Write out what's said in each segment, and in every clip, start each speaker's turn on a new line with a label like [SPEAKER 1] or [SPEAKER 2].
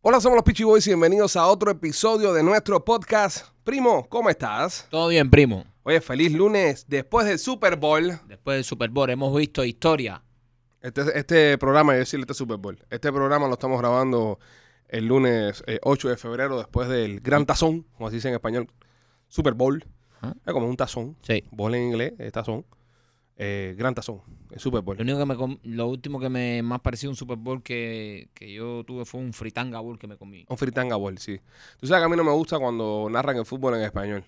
[SPEAKER 1] Hola, somos los Peachy Boys y bienvenidos a otro episodio de nuestro podcast. Primo, ¿cómo estás?
[SPEAKER 2] Todo bien, primo.
[SPEAKER 1] Oye, feliz lunes después del Super Bowl.
[SPEAKER 2] Después del Super Bowl hemos visto historia.
[SPEAKER 1] Este, este programa, yo decirle este Super Bowl, este programa lo estamos grabando el lunes eh, 8 de febrero después del Gran Tazón, como se dice en español, Super Bowl.
[SPEAKER 2] Ajá.
[SPEAKER 1] Es como un tazón.
[SPEAKER 2] Sí.
[SPEAKER 1] Bowl en inglés, es tazón. Eh, gran tazón, el Super Bowl.
[SPEAKER 2] Lo único que me com- lo último que me más pareció un Super Bowl que, que yo tuve fue un fritanga bowl que me comí.
[SPEAKER 1] Un fritanga bowl, sí. Tú sabes que a mí no me gusta cuando narran el fútbol en español.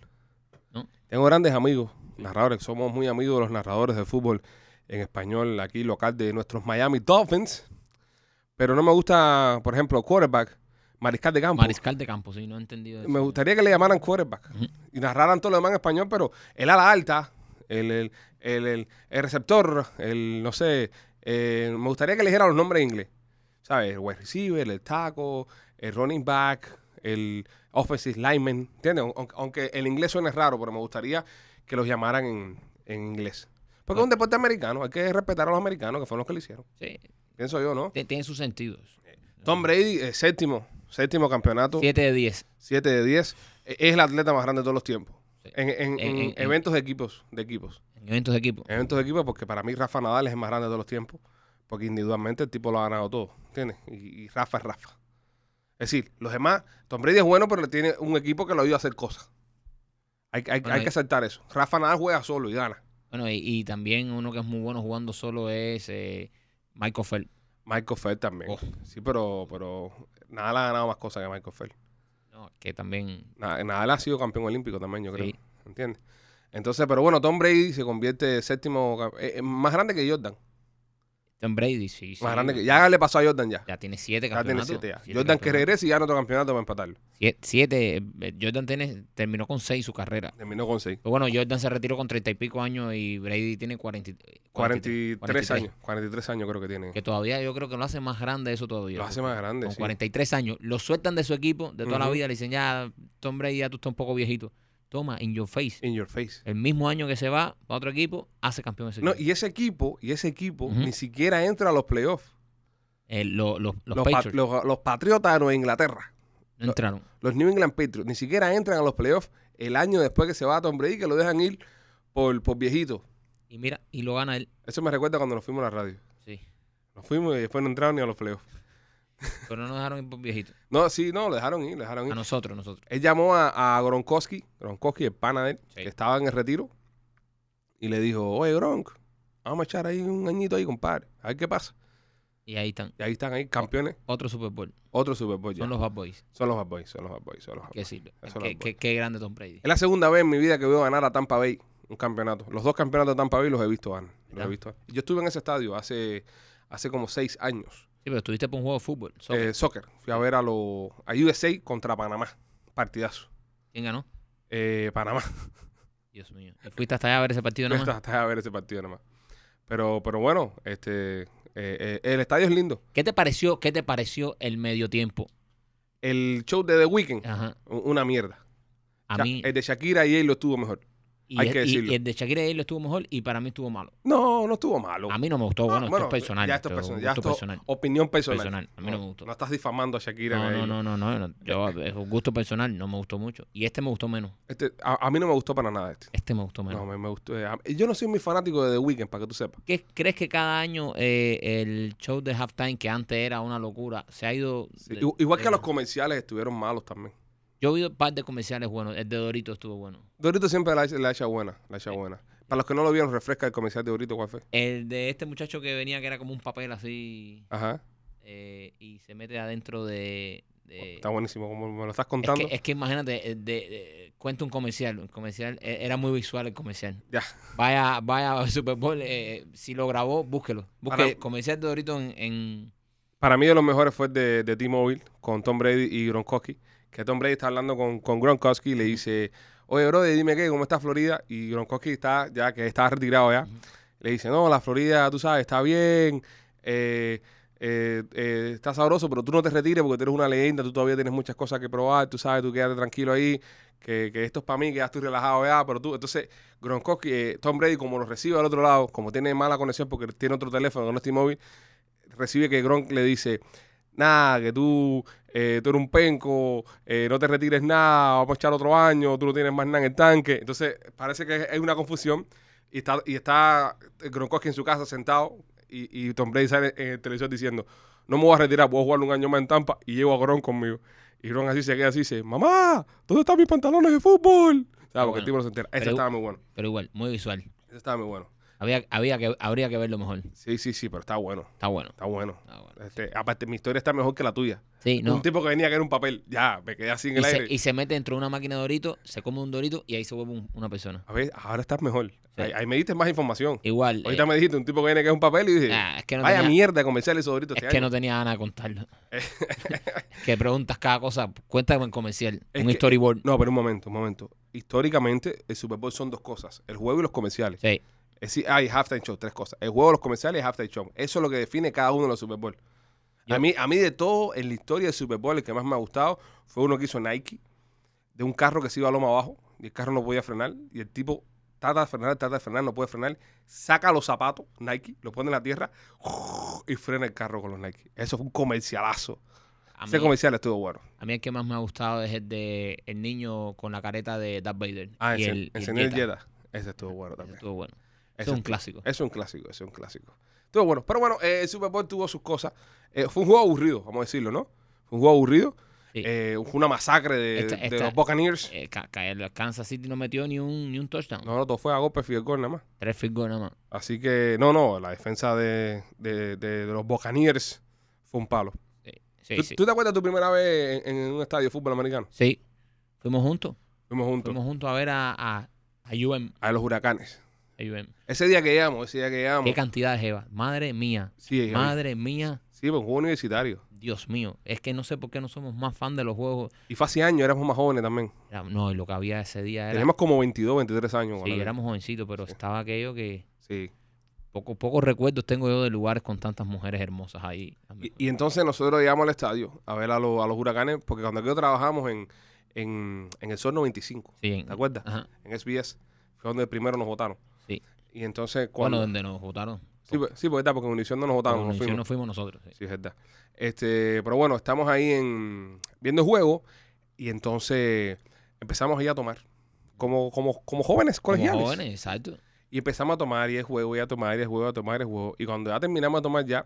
[SPEAKER 2] ¿No?
[SPEAKER 1] Tengo grandes amigos, narradores. Somos muy amigos de los narradores de fútbol en español aquí local de nuestros Miami Dolphins. Pero no me gusta, por ejemplo, quarterback, mariscal de campo.
[SPEAKER 2] Mariscal de campo, sí, no he entendido eso.
[SPEAKER 1] me gustaría que le llamaran quarterback y narraran todo lo demás en español, pero el ala alta, el, el, el, el- el receptor, el no sé, eh, me gustaría que le dijeran los nombres en inglés. ¿Sabes? El wide receiver, el taco, el running back, el offensive lineman. ¿Entiendes? Aun- Aunque el inglés suene raro, pero me gustaría que los llamaran en, en inglés. Porque es un deporte americano, hay que respetar a los americanos, que fueron los que lo hicieron.
[SPEAKER 2] Sí,
[SPEAKER 1] Pienso yo, ¿no?
[SPEAKER 2] te- tiene sus sentidos.
[SPEAKER 1] Tom Brady, eh, séptimo, séptimo campeonato.
[SPEAKER 2] 7 de 10.
[SPEAKER 1] 7 de 10. e- Es el atleta más grande de todos los tiempos.
[SPEAKER 2] Sí.
[SPEAKER 1] En, en-
[SPEAKER 2] En-
[SPEAKER 1] en
[SPEAKER 2] en-
[SPEAKER 1] eventos de equipos. De equipos.
[SPEAKER 2] En eventos de equipo.
[SPEAKER 1] En eventos de equipos, porque para mí Rafa Nadal es el más grande de todos los tiempos. Porque individualmente el tipo lo ha ganado todo. ¿Entiendes? Y, y Rafa es Rafa. Es decir, los demás. Tom Brady es bueno, pero tiene un equipo que lo ayuda a hacer cosas. Hay, hay-
[SPEAKER 2] Bueno,
[SPEAKER 1] hay
[SPEAKER 2] y-
[SPEAKER 1] que aceptar eso. Rafa Nadal juega solo y gana.
[SPEAKER 2] Bueno, y, y también uno que es muy bueno jugando solo es eh, Michael Phelps.
[SPEAKER 1] Michael Phelps también.
[SPEAKER 2] Oh.
[SPEAKER 1] Sí, pero, pero Nadal ha ganado más cosas que Michael Phelps.
[SPEAKER 2] ¿no? que también...
[SPEAKER 1] Na- Nadal ha sido campeón olímpico también, yo creo.
[SPEAKER 2] Sí.
[SPEAKER 1] ¿Entiendes? Entonces, pero bueno, Tom Brady se convierte séptimo. cam- eh, eh, más grande que Jordan.
[SPEAKER 2] Tom Brady, sí. sí.
[SPEAKER 1] más grande que. Ya le pasó a Jordan ya.
[SPEAKER 2] Ya tiene 7
[SPEAKER 1] Ya tiene
[SPEAKER 2] campeonatos.
[SPEAKER 1] siete ya.
[SPEAKER 2] Siete
[SPEAKER 1] Jordan que
[SPEAKER 2] campeonatos.
[SPEAKER 1] regrese y gana otro campeonato para empatarlo.
[SPEAKER 2] Sie- Siete, eh, Jordan tiene- terminó con 6 su carrera.
[SPEAKER 1] Terminó con 6.
[SPEAKER 2] Pero Pues bueno, Jordan se retiró con treinta y pico años y Brady tiene cuarenta y-
[SPEAKER 1] 43,
[SPEAKER 2] 43.
[SPEAKER 1] años. 43 años creo que tiene.
[SPEAKER 2] Que todavía yo creo que lo hace más grande eso todavía.
[SPEAKER 1] Lo hace más grande.
[SPEAKER 2] Con
[SPEAKER 1] sí.
[SPEAKER 2] 43 años. Lo sueltan de su equipo de toda la
[SPEAKER 1] Ujú.
[SPEAKER 2] vida. Le dicen, ya, Tom Brady, ya tú estás un poco viejito. Toma, in your face.
[SPEAKER 1] In your face.
[SPEAKER 2] El mismo año que se va a otro equipo, hace campeón ese
[SPEAKER 1] No,
[SPEAKER 2] equipo.
[SPEAKER 1] y ese equipo, y ese equipo
[SPEAKER 2] Ujú.
[SPEAKER 1] ni siquiera entra a los playoffs.
[SPEAKER 2] Eh, lo- los los
[SPEAKER 1] Los, pa-
[SPEAKER 2] Patriots
[SPEAKER 1] los- los Patriotas de Nueva Inglaterra.
[SPEAKER 2] no entraron.
[SPEAKER 1] Los New England Patriots ni siquiera entran a los playoffs el año después que se va a Tom Brady, que lo dejan ir por, por viejito.
[SPEAKER 2] Y mira, y lo gana él.
[SPEAKER 1] Eso me recuerda cuando nos fuimos a la radio.
[SPEAKER 2] Sí.
[SPEAKER 1] Nos fuimos y después no entraron ni a los playoffs.
[SPEAKER 2] Pero no nos dejaron ir por viejito.
[SPEAKER 1] No, sí, no, lo dejaron ir, lo dejaron
[SPEAKER 2] A
[SPEAKER 1] ir.
[SPEAKER 2] nosotros, nosotros.
[SPEAKER 1] Él llamó a, a Gronkowski, Gronkowski, el pana de él,
[SPEAKER 2] Sí.
[SPEAKER 1] que estaba en el retiro, y le dijo, oye, Gronk, vamos a echar ahí un añito ahí, compadre, a ver qué pasa.
[SPEAKER 2] Y ahí están.
[SPEAKER 1] Y ahí están ahí, campeones,
[SPEAKER 2] Otro Super Bowl.
[SPEAKER 1] otro Super Bowl ya.
[SPEAKER 2] Son los Bad Boys.
[SPEAKER 1] Son los Bad Boys, son los Bad Boys, son los Bad
[SPEAKER 2] Qué
[SPEAKER 1] Boys.
[SPEAKER 2] sirve.
[SPEAKER 1] Eso
[SPEAKER 2] Qué-
[SPEAKER 1] los
[SPEAKER 2] qué- qué grande Tom Brady.
[SPEAKER 1] Es la segunda vez en mi vida que veo ganar a Tampa Bay un campeonato. Los dos campeonatos de Tampa Bay los he visto ganar. Los
[SPEAKER 2] ¿Verdad?
[SPEAKER 1] he visto. Yo estuve en ese estadio hace, hace como seis años.
[SPEAKER 2] Sí, pero estuviste por un juego de fútbol. soccer.
[SPEAKER 1] Eh, soccer. Fui a ver a, los a USA contra Panamá. Partidazo.
[SPEAKER 2] ¿Quién ganó?
[SPEAKER 1] Eh, Panamá.
[SPEAKER 2] Dios mío. ¿Y fuiste hasta allá a ver ese partido nada más?
[SPEAKER 1] Hasta a ver ese partido nada más. Pero, pero bueno, este, eh, eh, el estadio es lindo.
[SPEAKER 2] ¿Qué te pareció, qué te pareció el medio tiempo?
[SPEAKER 1] El show de The Weeknd,
[SPEAKER 2] Ajá.
[SPEAKER 1] u- una mierda.
[SPEAKER 2] A
[SPEAKER 1] Sha-
[SPEAKER 2] mí.
[SPEAKER 1] El de Shakira y él lo estuvo mejor.
[SPEAKER 2] y,
[SPEAKER 1] eh, hay
[SPEAKER 2] el-
[SPEAKER 1] que
[SPEAKER 2] y-
[SPEAKER 1] decirlo.
[SPEAKER 2] y el de Shakira y él estuvo mejor y para mí estuvo malo.
[SPEAKER 1] No, no estuvo malo.
[SPEAKER 2] A mí no me gustó. Bueno,
[SPEAKER 1] Ah,
[SPEAKER 2] esto es personal.
[SPEAKER 1] Ya esto es personal. Ya
[SPEAKER 2] gusto
[SPEAKER 1] esto es opinión personal.
[SPEAKER 2] Personal. A mí no me gustó.
[SPEAKER 1] No estás difamando a Shakira.
[SPEAKER 2] No,
[SPEAKER 1] ni a
[SPEAKER 2] no,
[SPEAKER 1] él.
[SPEAKER 2] no, no, no, no. Yo, es un gusto personal, no me gustó mucho. Y este me gustó menos.
[SPEAKER 1] Este, a, a mí no me gustó para nada este.
[SPEAKER 2] Este me gustó menos.
[SPEAKER 1] No, me, me gustó. eh, a- yo no soy muy fanático de The Weeknd, para que tú sepas.
[SPEAKER 2] ¿Qué crees que cada año eh, el show de halftime, que antes era una locura, se ha ido.
[SPEAKER 1] Sí,
[SPEAKER 2] de-
[SPEAKER 1] igu- Igual que
[SPEAKER 2] de-
[SPEAKER 1] los comerciales estuvieron malos también.
[SPEAKER 2] Yo he oído un par de comerciales buenos. El de Dorito estuvo bueno.
[SPEAKER 1] Dorito siempre la, la echa buena. La echa buena. Para los que no lo vieron, refresca el comercial de Dorito, ¿cuál fue?
[SPEAKER 2] El de este muchacho que venía, que era como un papel así.
[SPEAKER 1] Ajá.
[SPEAKER 2] eh, y se mete adentro de. de-
[SPEAKER 1] Está buenísimo, como me lo estás
[SPEAKER 2] Eh, es,
[SPEAKER 1] contando.
[SPEAKER 2] que, es que imagínate, eh, de- de- cuenta un comercial. Un comercial eh, era muy visual el comercial.
[SPEAKER 1] Ya.
[SPEAKER 2] Vaya, vaya al Super Bowl. eh, si lo grabó, búsquelo. Busque
[SPEAKER 1] Para-
[SPEAKER 2] el comercial de Dorito en. en-
[SPEAKER 1] Para mí de los mejores fue el de, de T-Mobile con Tom Brady y Gronkowski. Que Tom Brady está hablando con, con Gronkowski y le dice, oye, brother, dime qué, ¿cómo está Florida? Y Gronkowski está ya, que está retirado ya. Le dice, no, la Florida, tú sabes, está bien, eh, eh, eh, está sabroso, pero tú no te retires porque tú eres una leyenda, tú todavía tienes muchas cosas que probar, tú sabes, tú quédate tranquilo ahí, que, que esto es para mí, que ya estoy relajado ya, pero tú, entonces, Gronkowski, eh, Tom Brady, como lo recibe al otro lado, como tiene mala conexión porque tiene otro teléfono, que no es T-Mobile, recibe que Gronk le dice, nada, que tú, eh, tú eres un penco, eh, no te retires nada, vamos a echar otro año, tú no tienes más nada en el tanque. Entonces, parece que hay una confusión y está, y está Gronkowski en su casa sentado y, y Tom Brady sale en el televisor diciendo, no me voy a retirar, voy a jugar un año más en Tampa y llevo a Gron conmigo. Y Gron así se queda así y dice, mamá, ¿dónde están mis pantalones de fútbol? ¿Sabes? Porque el
[SPEAKER 2] bueno.
[SPEAKER 1] tipo no se entera. Ese
[SPEAKER 2] Pero-
[SPEAKER 1] estaba muy bueno.
[SPEAKER 2] Pero igual, muy visual.
[SPEAKER 1] Ese estaba muy bueno.
[SPEAKER 2] Había, había que, habría que verlo mejor.
[SPEAKER 1] Sí, sí, sí, pero está bueno.
[SPEAKER 2] Está bueno.
[SPEAKER 1] Está bueno.
[SPEAKER 2] Está bueno.
[SPEAKER 1] Este, aparte, mi historia está mejor que la tuya.
[SPEAKER 2] Sí, no.
[SPEAKER 1] Un tipo que venía que era un papel. Ya, me quedé así en
[SPEAKER 2] Y
[SPEAKER 1] el
[SPEAKER 2] se,
[SPEAKER 1] aire.
[SPEAKER 2] y se mete dentro de una máquina de dorito, se come un dorito y ahí se vuelve un- una persona.
[SPEAKER 1] A ver, ahora estás mejor. Ahí, ahí me diste más información.
[SPEAKER 2] Igual.
[SPEAKER 1] Ahorita
[SPEAKER 2] eh,
[SPEAKER 1] me dijiste un tipo que viene que es un papel y dije,
[SPEAKER 2] ah, es que no
[SPEAKER 1] vaya
[SPEAKER 2] tenía,
[SPEAKER 1] mierda de comerciales sobre esto
[SPEAKER 2] es
[SPEAKER 1] este
[SPEAKER 2] que
[SPEAKER 1] año.
[SPEAKER 2] no tenía ganas de contarlo. que preguntas cada cosa. Cuéntame en comercial.
[SPEAKER 1] Es
[SPEAKER 2] un
[SPEAKER 1] que-
[SPEAKER 2] storyboard.
[SPEAKER 1] No, pero un momento, un momento. Históricamente, el Super Bowl son dos cosas: el juego y los comerciales.
[SPEAKER 2] Sí.
[SPEAKER 1] Es decir, hay halftime show, tres cosas: el juego, los comerciales y halftime show. Eso es lo que define cada uno de los Super Bowl. A
[SPEAKER 2] Yo-
[SPEAKER 1] mí, a mí, de todo, en la historia del Super Bowl, el que más me ha gustado fue uno que hizo Nike, de un carro que se iba a loma abajo y el carro no podía frenar. Y el tipo trata de frenar, trata de frenar, no puede frenar. Saca los zapatos, Nike, los pone en la tierra y frena el carro con los Nike. Eso fue un comercialazo.
[SPEAKER 2] A mí,
[SPEAKER 1] Ese comercial estuvo bueno.
[SPEAKER 2] a mí el que más me ha gustado es el de el niño con la careta de Darth Vader.
[SPEAKER 1] Ah,
[SPEAKER 2] y
[SPEAKER 1] ese-
[SPEAKER 2] el, y el
[SPEAKER 1] encender el
[SPEAKER 2] Jetta.
[SPEAKER 1] Jedi. Ese estuvo bueno
[SPEAKER 2] Ese
[SPEAKER 1] también.
[SPEAKER 2] estuvo bueno. Ese
[SPEAKER 1] Ese
[SPEAKER 2] es un
[SPEAKER 1] estuvo-
[SPEAKER 2] clásico.
[SPEAKER 1] Es un clásico, es un clásico. Estuvo bueno. Pero bueno, eh, el Super Bowl tuvo sus cosas. Eh, fue un juego aburrido, vamos a decirlo, ¿no? Fue un juego aburrido.
[SPEAKER 2] Sí.
[SPEAKER 1] Eh, fue una masacre de,
[SPEAKER 2] Esta-
[SPEAKER 1] de
[SPEAKER 2] esta-
[SPEAKER 1] los Buccaneers.
[SPEAKER 2] Eh, Ca- Ca- el Kansas City no metió ni un, ni un touchdown.
[SPEAKER 1] No, no, todo fue a golpe field goal nada más.
[SPEAKER 2] Tres field goals nada más.
[SPEAKER 1] Así que, no, no, la defensa de, de- de- de los Buccaneers fue un palo.
[SPEAKER 2] Sí,
[SPEAKER 1] ¿Tú,
[SPEAKER 2] sí.
[SPEAKER 1] tú te acuerdas tu primera vez en, en un estadio de fútbol americano?
[SPEAKER 2] Sí. Fuimos juntos.
[SPEAKER 1] Fuimos juntos
[SPEAKER 2] Fuimos juntos a ver a, a, a UM.
[SPEAKER 1] a los huracanes.
[SPEAKER 2] a UM.
[SPEAKER 1] Ese día que llegamos, ese día que
[SPEAKER 2] Qué
[SPEAKER 1] llegamos.
[SPEAKER 2] cantidad de jeva. Madre mía.
[SPEAKER 1] Sí,
[SPEAKER 2] Madre mía.
[SPEAKER 1] sí, fue un juego universitario.
[SPEAKER 2] Dios mío. Es que no sé por qué no somos más fan de los juegos.
[SPEAKER 1] Y fue hace años, éramos más jóvenes también.
[SPEAKER 2] Era- No, y lo que había ese día era.
[SPEAKER 1] Teníamos como 22, 23 años.
[SPEAKER 2] sí,
[SPEAKER 1] cuando-
[SPEAKER 2] éramos jovencitos, pero
[SPEAKER 1] Sí.
[SPEAKER 2] estaba aquello que.
[SPEAKER 1] Sí.
[SPEAKER 2] Poco, pocos recuerdos tengo yo de lugares con tantas mujeres hermosas ahí.
[SPEAKER 1] Y, y entonces nosotros llegamos al estadio a ver a, los- a los huracanes, porque cuando yo trabajamos en, en, en el Sol 95,
[SPEAKER 2] Sí, en-
[SPEAKER 1] ¿te acuerdas?
[SPEAKER 2] Ajá.
[SPEAKER 1] En SBS, fue donde primero nos votaron.
[SPEAKER 2] Ah. Sí.
[SPEAKER 1] Y entonces
[SPEAKER 2] Bueno,
[SPEAKER 1] cuando...
[SPEAKER 2] donde nos votaron.
[SPEAKER 1] sí, pues- sí, porque está, porque en Univision no nos votaron, nos fuimos.
[SPEAKER 2] no fuimos nosotros. sí.
[SPEAKER 1] Sí, es verdad. Este, pero bueno, estamos ahí en, viendo el juego y entonces empezamos ahí a tomar. Como, como, como jóvenes
[SPEAKER 2] Como
[SPEAKER 1] colegiales.
[SPEAKER 2] jóvenes, exacto.
[SPEAKER 1] Y empezamos a tomar y es juego, y a tomar, y es juego, y a tomar, y es juego. Y cuando ya terminamos de tomar ya,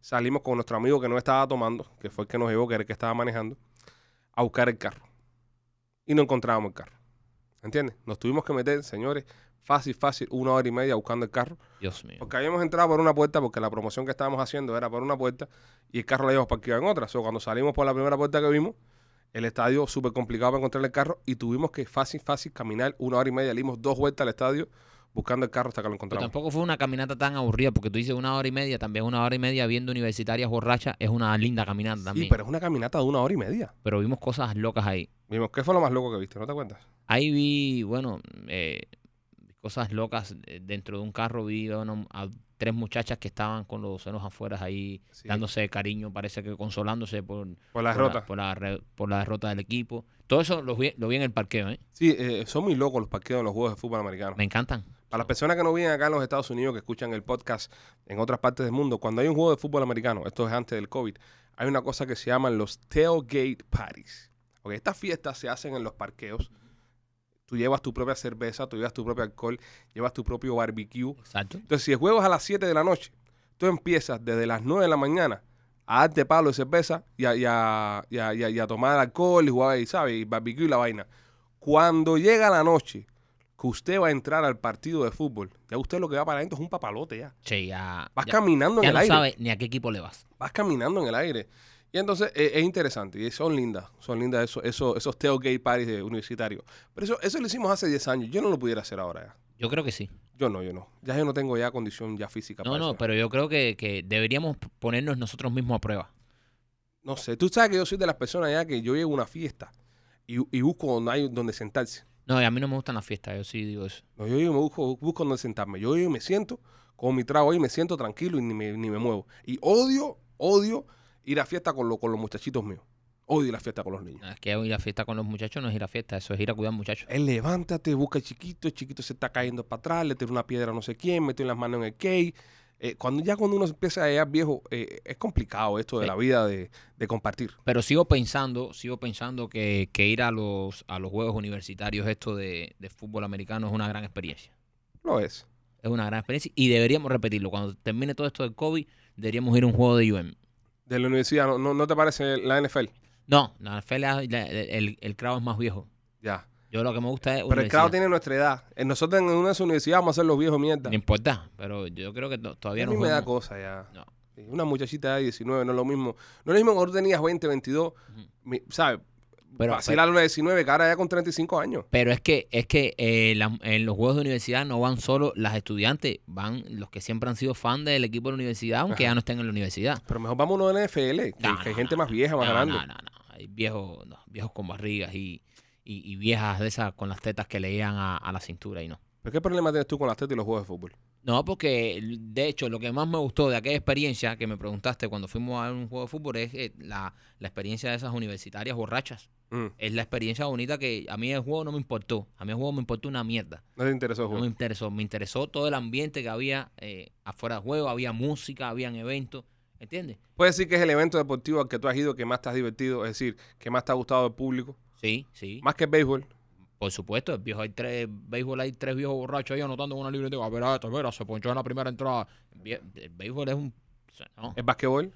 [SPEAKER 1] salimos con nuestro amigo que no estaba tomando, que fue el que nos llevó, que era el que estaba manejando, a buscar el carro. Y no encontrábamos el carro. ¿Entiendes? Nos tuvimos que meter, señores, fácil, fácil, una hora y media buscando el carro.
[SPEAKER 2] Dios mío.
[SPEAKER 1] Porque habíamos entrado por una puerta, porque la promoción que estábamos haciendo era por una puerta, y el carro lo habíamos parqueado en otra. O cuando salimos por la primera puerta que vimos, el estadio súper complicado para encontrar el carro, y tuvimos que fácil, fácil caminar una hora y media. Le dimos dos vueltas al estadio buscando el carro hasta que lo
[SPEAKER 2] Pero
[SPEAKER 1] encontramos.
[SPEAKER 2] tampoco fue una caminata tan aburrida, porque tú dices una hora y media, también una hora y media viendo universitarias borrachas, es una linda caminata
[SPEAKER 1] Sí,
[SPEAKER 2] también.
[SPEAKER 1] pero
[SPEAKER 2] pero...
[SPEAKER 1] es una caminata de una hora y media.
[SPEAKER 2] vimos cosas locas ahí.
[SPEAKER 1] Vimos, ¿qué fue lo más loco que viste? ¿No te acuerdas?
[SPEAKER 2] Ahí vi, bueno, eh, cosas locas eh, dentro de un carro, vi a, una- a tres muchachas que estaban con los senos afuera ahí,
[SPEAKER 1] Sí.
[SPEAKER 2] dándose cariño, parece que consolándose por,
[SPEAKER 1] Por la
[SPEAKER 2] por la-
[SPEAKER 1] derrota.
[SPEAKER 2] por la re- por la derrota del equipo. Todo eso lo vi, lo vi en el parqueo, ¿eh?
[SPEAKER 1] Sí, eh, son muy locos los parqueos de los juegos de fútbol americano.
[SPEAKER 2] Me encantan.
[SPEAKER 1] Para las personas que no viven acá en los Estados Unidos, que escuchan el podcast en otras partes del mundo, cuando hay un juego de fútbol americano, esto es antes del COVID, hay una cosa que se llaman los tailgate parties. Ok, estas fiestas se hacen en los parqueos. Tú llevas tu propia cerveza, tú llevas tu propio alcohol, llevas tu propio barbecue.
[SPEAKER 2] Exacto.
[SPEAKER 1] Entonces, si el juego es a las 7 de la noche, tú empiezas desde las 9 de la mañana a darte palo de cerveza y a, y a- y a- y a- y a tomar alcohol y jugar, y, ¿sabes? Y barbecue y la vaina. Cuando llega la noche que usted va a entrar al partido de fútbol, ya usted lo que va para adentro es un papalote ya.
[SPEAKER 2] Che, ya,
[SPEAKER 1] Vas
[SPEAKER 2] ya-
[SPEAKER 1] caminando en
[SPEAKER 2] ya
[SPEAKER 1] el
[SPEAKER 2] no
[SPEAKER 1] aire.
[SPEAKER 2] sabes ni a qué equipo le vas.
[SPEAKER 1] Vas caminando en el aire. Y entonces eh, es interesante. Y son lindas. Son lindas esos, esos, esos tailgate parties de universitarios. Pero eso, eso lo hicimos hace 10 años. Yo no lo pudiera hacer ahora ya.
[SPEAKER 2] Yo creo que sí.
[SPEAKER 1] Yo no, yo no. Ya yo no tengo ya condición ya física
[SPEAKER 2] No,
[SPEAKER 1] para
[SPEAKER 2] no,
[SPEAKER 1] eso.
[SPEAKER 2] pero yo creo que, que deberíamos ponernos nosotros mismos a prueba.
[SPEAKER 1] No sé, tú sabes que yo soy de las personas ya que yo llego a una fiesta y, y busco donde, hay, donde sentarse.
[SPEAKER 2] No, y a mí no me gustan las fiestas, yo sí digo eso.
[SPEAKER 1] No, yo llego y me busco, busco donde sentarme. Yo llego y me siento con mi trago ahí, me siento tranquilo y ni me, ni me muevo. Y odio, odio ir a fiesta con, lo- con los muchachitos míos. Odio ir a fiesta con los niños.
[SPEAKER 2] No, Es que ir a fiesta con los muchachos no es ir a fiesta, eso es ir a cuidar muchachos.
[SPEAKER 1] Él levántate, busca al chiquito, el chiquito se está cayendo para atrás, le tira una piedra a no sé quién, mete las manos en el cake. eh, cuando ya cuando uno empieza a llegar viejo, eh, es complicado esto de
[SPEAKER 2] Sí.
[SPEAKER 1] la vida de, de compartir.
[SPEAKER 2] Pero sigo pensando, sigo pensando que, que ir a los, a los juegos universitarios esto de, de fútbol americano es una gran experiencia.
[SPEAKER 1] Lo es.
[SPEAKER 2] Es una gran experiencia y deberíamos repetirlo. Cuando termine todo esto del COVID, deberíamos ir a un juego de UM.
[SPEAKER 1] De la universidad, ¿no, no, no te parece la NFL?
[SPEAKER 2] No, la NFL, la- la- el, el crowd es más viejo.
[SPEAKER 1] Ya.
[SPEAKER 2] Yo lo que me gusta es
[SPEAKER 1] Pero el
[SPEAKER 2] universidad.
[SPEAKER 1] crowd tiene nuestra edad. Eh, Nosotros en una de sus universidades vamos a ser los viejos mierda.
[SPEAKER 2] No importa, pero yo creo que to- todavía
[SPEAKER 1] a
[SPEAKER 2] no
[SPEAKER 1] mí me da
[SPEAKER 2] jugamos.
[SPEAKER 1] cosa ya.
[SPEAKER 2] No.
[SPEAKER 1] Sí, Una muchachita de 19, no es lo mismo. No es lo mismo cuando tú tenías 20, 22, mi- ¿sabes?
[SPEAKER 2] Pero-
[SPEAKER 1] Vacilar a los 19, que ahora ya con 35 años.
[SPEAKER 2] Pero es que, es que eh, la- en los juegos de universidad no van solo las estudiantes, van los que siempre han sido fan del equipo de la universidad, aunque ya no estén en la universidad.
[SPEAKER 1] Pero mejor vamos a uno de NFL, que,
[SPEAKER 2] No,
[SPEAKER 1] que hay
[SPEAKER 2] no,
[SPEAKER 1] gente
[SPEAKER 2] no,
[SPEAKER 1] más vieja, más
[SPEAKER 2] no,
[SPEAKER 1] grande.
[SPEAKER 2] No, no, no. Hay viejos, no, viejos con barrigas y, y, y viejas de esas con las tetas que le llegan a, a la cintura y no.
[SPEAKER 1] ¿Pero qué problema tienes tú con las tetas y los juegos de fútbol?
[SPEAKER 2] No, porque de hecho lo que más me gustó de aquella experiencia que me preguntaste cuando fuimos a un juego de fútbol es eh, la, la experiencia de esas universitarias borrachas.
[SPEAKER 1] Mm,
[SPEAKER 2] Es la experiencia bonita que a mí el juego no me importó. A mí el juego me importó una mierda.
[SPEAKER 1] No te interesó el
[SPEAKER 2] No
[SPEAKER 1] juego.
[SPEAKER 2] me interesó. Me interesó todo el ambiente que había eh, afuera del juego. Había música, habían eventos. ¿Entiendes?
[SPEAKER 1] Puedes decir que es el evento deportivo al que tú has ido que más te has divertido, es decir, que más te ha gustado del público,
[SPEAKER 2] Sí, sí.
[SPEAKER 1] más que el béisbol.
[SPEAKER 2] Por supuesto, el viejo hay tres, béisbol hay tres viejos borrachos ahí anotando en una biblioteca. Mira, esto, mira, se ponchó en la primera entrada. Vie- El béisbol es un. o sea, no.
[SPEAKER 1] El basquetbol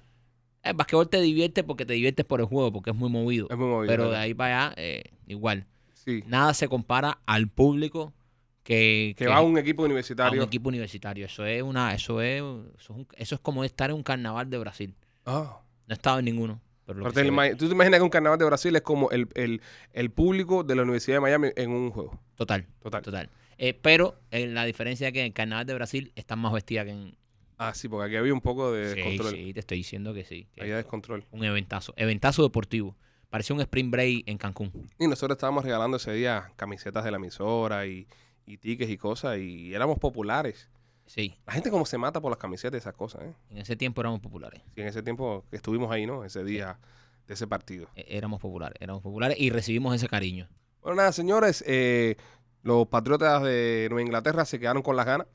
[SPEAKER 2] El basquetbol te divierte porque te diviertes por el juego, porque es muy movido.
[SPEAKER 1] es muy movido.
[SPEAKER 2] Pero de
[SPEAKER 1] ¿verdad?
[SPEAKER 2] ahí para allá, eh, igual.
[SPEAKER 1] sí.
[SPEAKER 2] Nada se compara al público que,
[SPEAKER 1] Que va a un equipo
[SPEAKER 2] a un
[SPEAKER 1] universitario.
[SPEAKER 2] equipo universitario. Eso es una, eso es, eso es, un- eso es como estar en un carnaval de Brasil.
[SPEAKER 1] Ah.
[SPEAKER 2] No he estado en ninguno. Pero lo
[SPEAKER 1] Pero
[SPEAKER 2] que
[SPEAKER 1] te
[SPEAKER 2] se ve-
[SPEAKER 1] ima- ¿Tú te imaginas que un carnaval de Brasil es como el, el- el público de la Universidad de Miami en un juego?
[SPEAKER 2] total,
[SPEAKER 1] Total.
[SPEAKER 2] total. Eh, pero eh, la diferencia es que en el carnaval de Brasil están más vestidas que en,
[SPEAKER 1] Ah, sí, porque aquí había un poco de
[SPEAKER 2] Sí,
[SPEAKER 1] descontrol.
[SPEAKER 2] sí, te estoy diciendo que sí. que
[SPEAKER 1] Había descontrol.
[SPEAKER 2] un eventazo. Eventazo deportivo. Parecía un sprint break en Cancún.
[SPEAKER 1] Y nosotros estábamos regalando ese día camisetas de la emisora y, y tickets y cosas y éramos populares.
[SPEAKER 2] Sí.
[SPEAKER 1] La gente como se mata por las camisetas y esas cosas, ¿eh?
[SPEAKER 2] En ese tiempo éramos populares.
[SPEAKER 1] Y en ese tiempo que estuvimos ahí, ¿no? Ese día de ese partido.
[SPEAKER 2] Eh, Éramos populares. Éramos populares y recibimos ese cariño.
[SPEAKER 1] Bueno, nada, señores, eh, los Patriotas de Nueva Inglaterra se quedaron con las ganas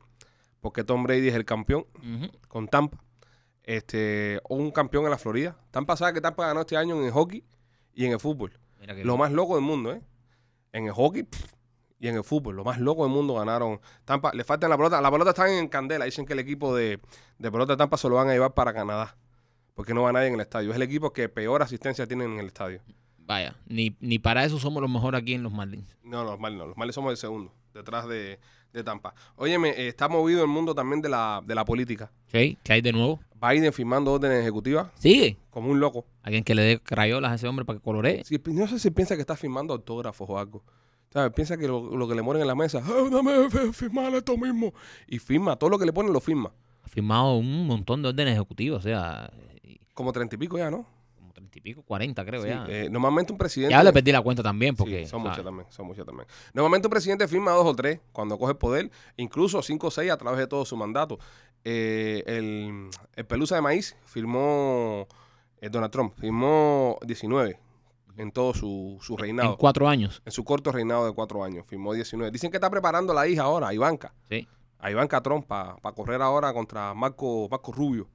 [SPEAKER 1] porque Tom Brady es el campeón
[SPEAKER 2] Ujú.
[SPEAKER 1] con Tampa. Este, un campeón en la Florida. Tampa sabe que Tampa ganó este año en el hockey y en el fútbol.
[SPEAKER 2] Mira que
[SPEAKER 1] Lo más loco del mundo, ¿eh? En el hockey pff, y en el fútbol. Lo más loco del mundo ganaron Tampa. Le faltan la pelota. La pelota está en candela. Dicen que el equipo de, de pelota de Tampa se lo van a llevar para Canadá. Porque no va nadie en el estadio. Es el equipo que peor asistencia tiene en el estadio.
[SPEAKER 2] Vaya, ni, ni para eso somos los mejores aquí en los Marlins.
[SPEAKER 1] No, los males no. Los males somos el segundo. Detrás de, de Tampa. Óyeme, eh, está movido el mundo también de la, de la política.
[SPEAKER 2] ¿Sí? ¿Qué hay de nuevo?
[SPEAKER 1] Biden firmando órdenes ejecutivas
[SPEAKER 2] Sigue.
[SPEAKER 1] como un loco.
[SPEAKER 2] Alguien que le dé crayolas a ese hombre para que coloree.
[SPEAKER 1] Si- no sé si piensa que está firmando autógrafos o algo. ¿Sabes? Piensa que lo, lo que le ponen en la mesa, "Ah, dame fi- firmar esto mismo. Y firma, todo lo que le ponen lo firma.
[SPEAKER 2] Ha firmado un montón de órdenes ejecutivas. O sea, eh,
[SPEAKER 1] Como treinta y pico ya, ¿no?
[SPEAKER 2] como treinta y pico, cuarenta creo
[SPEAKER 1] Sí,
[SPEAKER 2] ya.
[SPEAKER 1] eh, normalmente un presidente.
[SPEAKER 2] ya le perdí la cuenta también
[SPEAKER 1] Sí,
[SPEAKER 2] porque...
[SPEAKER 1] son
[SPEAKER 2] o sea,
[SPEAKER 1] muchas también, son muchas también. Normalmente un presidente firma dos o tres cuando coge el poder, incluso cinco o seis a través de todo su mandato. Eh, el, el Pelusa de Maíz firmó, eh, Donald Trump, firmó 19 en todo su, su
[SPEAKER 2] en
[SPEAKER 1] reinado.
[SPEAKER 2] cuatro años.
[SPEAKER 1] en su corto reinado de cuatro años. Firmó 19. Dicen que está preparando la hija ahora, a Ivanka.
[SPEAKER 2] Sí.
[SPEAKER 1] A Ivanka Trump para correr ahora contra Marco, Marco Rubio.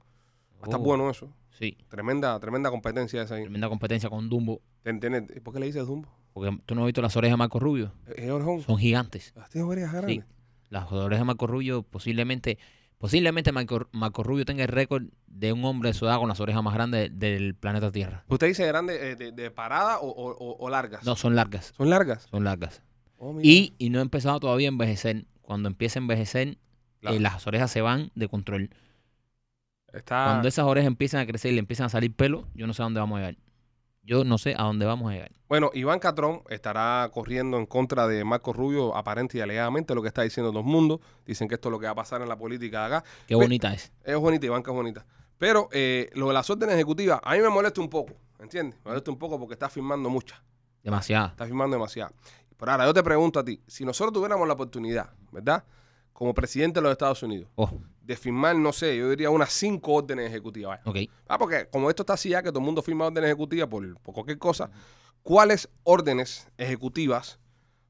[SPEAKER 1] Va a estar
[SPEAKER 2] Oh,
[SPEAKER 1] Ah, bueno eso.
[SPEAKER 2] Sí.
[SPEAKER 1] Tremenda, tremenda competencia esa ahí.
[SPEAKER 2] Tremenda competencia con Dumbo.
[SPEAKER 1] Ten- ten- ¿Por qué le dices Dumbo? Eh,
[SPEAKER 2] Porque tú no has visto las orejas de Marco Rubio.
[SPEAKER 1] ¿Es orejón?
[SPEAKER 2] Son gigantes.
[SPEAKER 1] Las Ah, tiene orejas
[SPEAKER 2] Sí.
[SPEAKER 1] grandes.
[SPEAKER 2] Las orejas de Marco Rubio posiblemente, posiblemente Marco, Marco Rubio tenga el récord de un hombre de su edad con las orejas más grandes del planeta Tierra.
[SPEAKER 1] ¿Usted dice grandes eh, de, de parada o, o- o- o largas?
[SPEAKER 2] No, son largas.
[SPEAKER 1] ¿Son largas?
[SPEAKER 2] Son largas.
[SPEAKER 1] Oh, mira.
[SPEAKER 2] Y, y no ha empezado todavía a envejecer. Cuando empiece a envejecer, eh,
[SPEAKER 1] Claro.
[SPEAKER 2] las orejas se van de control.
[SPEAKER 1] Está...
[SPEAKER 2] Cuando esas orejas empiezan a crecer y le empiezan a salir pelo, yo no sé a dónde vamos a llegar. Yo no sé a dónde vamos a llegar.
[SPEAKER 1] Bueno, Iván Catrón estará corriendo en contra de Marco Rubio, aparente y alegadamente, lo que está diciendo todo el mundo. Dicen que esto es lo que va a pasar en la política de acá.
[SPEAKER 2] Qué
[SPEAKER 1] Ve-
[SPEAKER 2] bonita es.
[SPEAKER 1] Es bonita, Ivanka es bonita. Pero eh, lo de las órdenes ejecutivas, a mí me molesta un poco, ¿entiendes? Me molesta un poco porque está firmando muchas,
[SPEAKER 2] Demasiada.
[SPEAKER 1] está firmando demasiado. Pero ahora yo te pregunto a ti, si nosotros tuviéramos la oportunidad, ¿verdad? Como presidente de los Estados Unidos,
[SPEAKER 2] Oh,
[SPEAKER 1] de firmar, no sé, yo diría unas cinco órdenes ejecutivas.
[SPEAKER 2] ok.
[SPEAKER 1] Ah, porque como esto está así ya, que todo el mundo firma órdenes ejecutivas por, por cualquier cosa, ¿cuáles órdenes ejecutivas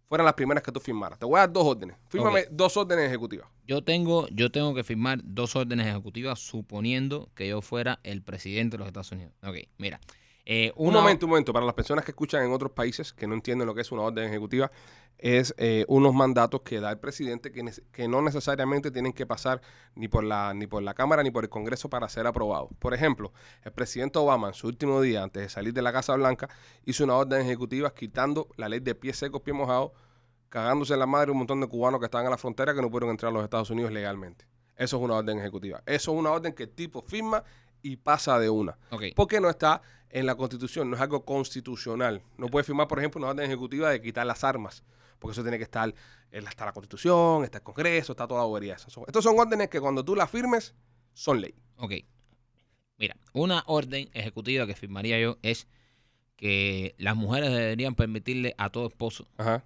[SPEAKER 1] fueran las primeras que tú firmaras. Te voy a dar dos órdenes. Fírmame dos órdenes ejecutivas.
[SPEAKER 2] Yo tengo, yo tengo que firmar dos órdenes ejecutivas suponiendo que yo fuera el presidente de los Estados Unidos. Ok, mira. eh,
[SPEAKER 1] Un
[SPEAKER 2] una-
[SPEAKER 1] momento, un momento. Para las personas que escuchan en otros países que no entienden lo que es una orden ejecutiva, es eh, unos mandatos que da el presidente que, nece- que no necesariamente tienen que pasar ni por, la, ni por la Cámara ni por el Congreso para ser aprobados. Por ejemplo, el presidente Obama en su último día, antes de salir de la Casa Blanca, hizo una orden ejecutiva quitando la ley de pies secos, pies mojados, cagándose en la madre un montón de cubanos que estaban a la frontera que no pudieron entrar a los Estados Unidos legalmente. Eso es una orden ejecutiva. Eso es una orden que el tipo firma y pasa de una
[SPEAKER 2] Ok,
[SPEAKER 1] porque no está en la constitución, no es algo constitucional. No puede firmar, por ejemplo, una orden ejecutiva de quitar las armas, porque eso tiene que estar, eh, está la constitución, está el Congreso, está toda la bobería. esa. Son- Estos son órdenes que cuando tú las firmes, son ley.
[SPEAKER 2] ok. Mira, una orden ejecutiva que firmaría yo es que las mujeres deberían permitirle a todo esposo
[SPEAKER 1] Ajá.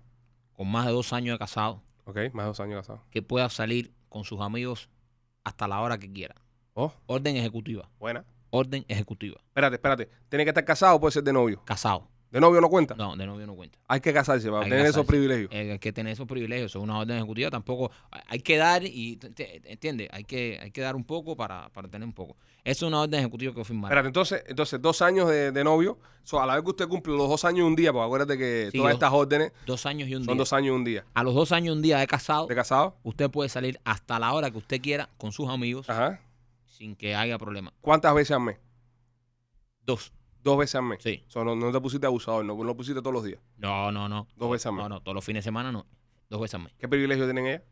[SPEAKER 2] con más de dos años de casado
[SPEAKER 1] Ok, más de dos años casados.
[SPEAKER 2] que pueda salir con sus amigos hasta la hora que quiera.
[SPEAKER 1] Oh,
[SPEAKER 2] Orden ejecutiva.
[SPEAKER 1] buena.
[SPEAKER 2] Orden ejecutiva.
[SPEAKER 1] Espérate, espérate. Tiene que estar casado o puede ser de novio.
[SPEAKER 2] Casado.
[SPEAKER 1] De novio no cuenta.
[SPEAKER 2] No, de novio no cuenta.
[SPEAKER 1] Hay que casarse para
[SPEAKER 2] Hay que
[SPEAKER 1] obtener esos
[SPEAKER 2] casarse.
[SPEAKER 1] privilegios.
[SPEAKER 2] Eh, hay que tener esos privilegios. Son una orden ejecutiva. Tampoco hay que dar y te- te- entiende, hay que, hay que dar un poco para, para tener un poco. Eso es una orden ejecutiva que firmar.
[SPEAKER 1] Espérate, entonces, entonces dos años de, de novio, so, a la vez que usted cumple los dos años y un día, porque acuérdate que
[SPEAKER 2] Sí,
[SPEAKER 1] todas
[SPEAKER 2] dos-
[SPEAKER 1] estas órdenes
[SPEAKER 2] Dos años y un
[SPEAKER 1] son
[SPEAKER 2] día.
[SPEAKER 1] dos años y un día.
[SPEAKER 2] A los dos años y un día de casado,
[SPEAKER 1] ¿De casado?
[SPEAKER 2] usted puede salir hasta la hora que usted quiera con sus amigos
[SPEAKER 1] Ajá.
[SPEAKER 2] sin que haya problema.
[SPEAKER 1] ¿Cuántas veces al mes?
[SPEAKER 2] Dos.
[SPEAKER 1] Dos veces al mes.
[SPEAKER 2] Sí.
[SPEAKER 1] O sea, no, no te pusiste abusador, no, no lo pusiste todos los días.
[SPEAKER 2] No, no, no.
[SPEAKER 1] Dos veces al mes.
[SPEAKER 2] No, no. Todos los fines de semana no. Dos veces al mes.
[SPEAKER 1] ¿Qué privilegio tienen ellas?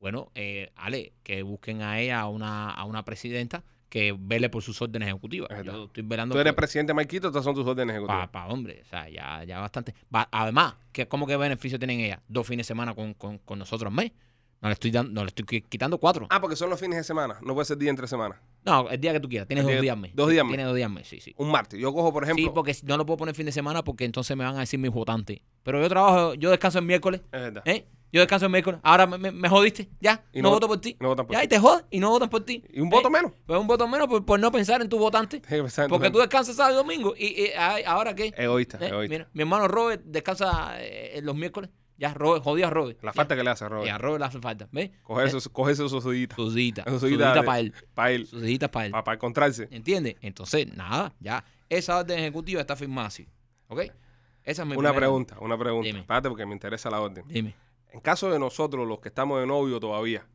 [SPEAKER 2] Bueno, eh, Ale, que busquen a ella, a una, a una presidenta que vele por sus órdenes ejecutivas.
[SPEAKER 1] Es verdad.
[SPEAKER 2] Yo estoy velando
[SPEAKER 1] Tú eres
[SPEAKER 2] por-
[SPEAKER 1] presidente Marquito, estas son tus órdenes ejecutivas.
[SPEAKER 2] Pa, pa, hombre, o sea, ya, ya bastante. Va- además, ¿qué, ¿cómo que beneficio tienen ellas? Dos fines de semana con, con, con nosotros al mes. No le estoy dando, no le estoy qui- quitando cuatro.
[SPEAKER 1] Ah, porque son los fines de semana, no puede ser día entre semana.
[SPEAKER 2] No, el día que tú quieras. Tienes
[SPEAKER 1] el
[SPEAKER 2] dos
[SPEAKER 1] día-
[SPEAKER 2] días al mes.
[SPEAKER 1] dos días al mes.
[SPEAKER 2] Tienes dos días al mes, sí, sí.
[SPEAKER 1] Un martes. Yo cojo, por ejemplo.
[SPEAKER 2] Sí, porque si- no lo puedo poner fin de semana porque entonces me van a decir mis votantes. Pero yo trabajo, yo descanso el miércoles,
[SPEAKER 1] Es verdad.
[SPEAKER 2] ¿eh? Yo descanso el miércoles. Ahora me, me- me jodiste, ya.
[SPEAKER 1] Y
[SPEAKER 2] no,
[SPEAKER 1] no-
[SPEAKER 2] voto por ti.
[SPEAKER 1] no votan por
[SPEAKER 2] ya,
[SPEAKER 1] ti.
[SPEAKER 2] y te jodas y no votan por ti.
[SPEAKER 1] Y un
[SPEAKER 2] ¿eh?
[SPEAKER 1] voto menos.
[SPEAKER 2] Pues un voto menos por, por no pensar en tu votante.
[SPEAKER 1] Tienes que pensar en
[SPEAKER 2] Porque tú
[SPEAKER 1] tu gente.
[SPEAKER 2] descansas sábado y domingo. Y, y, ay, ahora qué.
[SPEAKER 1] Egoísta,
[SPEAKER 2] Eh,
[SPEAKER 1] egoísta.
[SPEAKER 2] mira, mi hermano Robert descansa eh, los miércoles. Ya, Robert, jodía a Robert.
[SPEAKER 1] La falta que le hace a
[SPEAKER 2] Y
[SPEAKER 1] Robert.
[SPEAKER 2] a Robert le hace falta. ¿Ves?
[SPEAKER 1] Coge esos, coge esos osiditas.
[SPEAKER 2] Sus deditas.
[SPEAKER 1] Sus
[SPEAKER 2] Sus
[SPEAKER 1] deditas
[SPEAKER 2] deditas
[SPEAKER 1] de-
[SPEAKER 2] para él.
[SPEAKER 1] Para él.
[SPEAKER 2] Sus deditas para él.
[SPEAKER 1] Para, encontrarse.
[SPEAKER 2] ¿Entiendes? Entonces, nada, ya. Esa orden ejecutiva está firmada así. ¿Ok? Esa es mi
[SPEAKER 1] Una
[SPEAKER 2] primera-
[SPEAKER 1] pregunta, una pregunta.
[SPEAKER 2] Dime.
[SPEAKER 1] Espérate, porque me interesa la orden.
[SPEAKER 2] Dime.
[SPEAKER 1] En caso de nosotros, los que estamos de novio todavía,